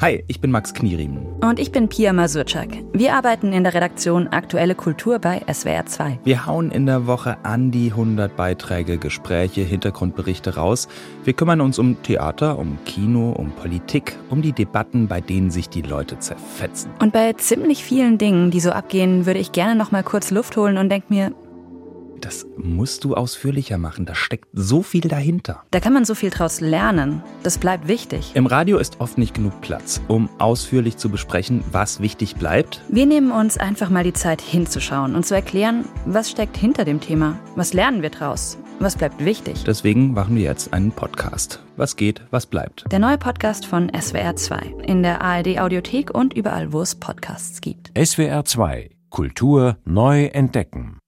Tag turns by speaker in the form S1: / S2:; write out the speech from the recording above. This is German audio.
S1: Hi, ich bin Max Knierim.
S2: Und ich bin Pia Masurczak. Wir arbeiten in der Redaktion Aktuelle Kultur bei SWR 2.
S1: Wir hauen in der Woche an die 100 Beiträge, Gespräche, Hintergrundberichte raus. Wir kümmern uns um Theater, um Kino, um Politik, um die Debatten, bei denen sich die Leute zerfetzen.
S2: Und bei ziemlich vielen Dingen, die so abgehen, würde ich gerne noch mal kurz Luft holen und denke mir,
S1: das musst du ausführlicher machen. Da steckt so viel dahinter.
S2: da kann man so viel draus lernen. Das bleibt wichtig.
S1: Im Radio ist oft nicht genug Platz, um ausführlich zu besprechen, was wichtig bleibt.
S2: Wir nehmen uns einfach mal die Zeit hinzuschauen und zu erklären, was steckt hinter dem Thema, was lernen wir draus, was bleibt wichtig.
S1: Deswegen machen wir jetzt einen Podcast. Was geht, was bleibt.
S2: Der neue Podcast von SWR 2 in der ARD Audiothek und überall, wo es Podcasts gibt.
S3: SWR 2 Kultur neu entdecken.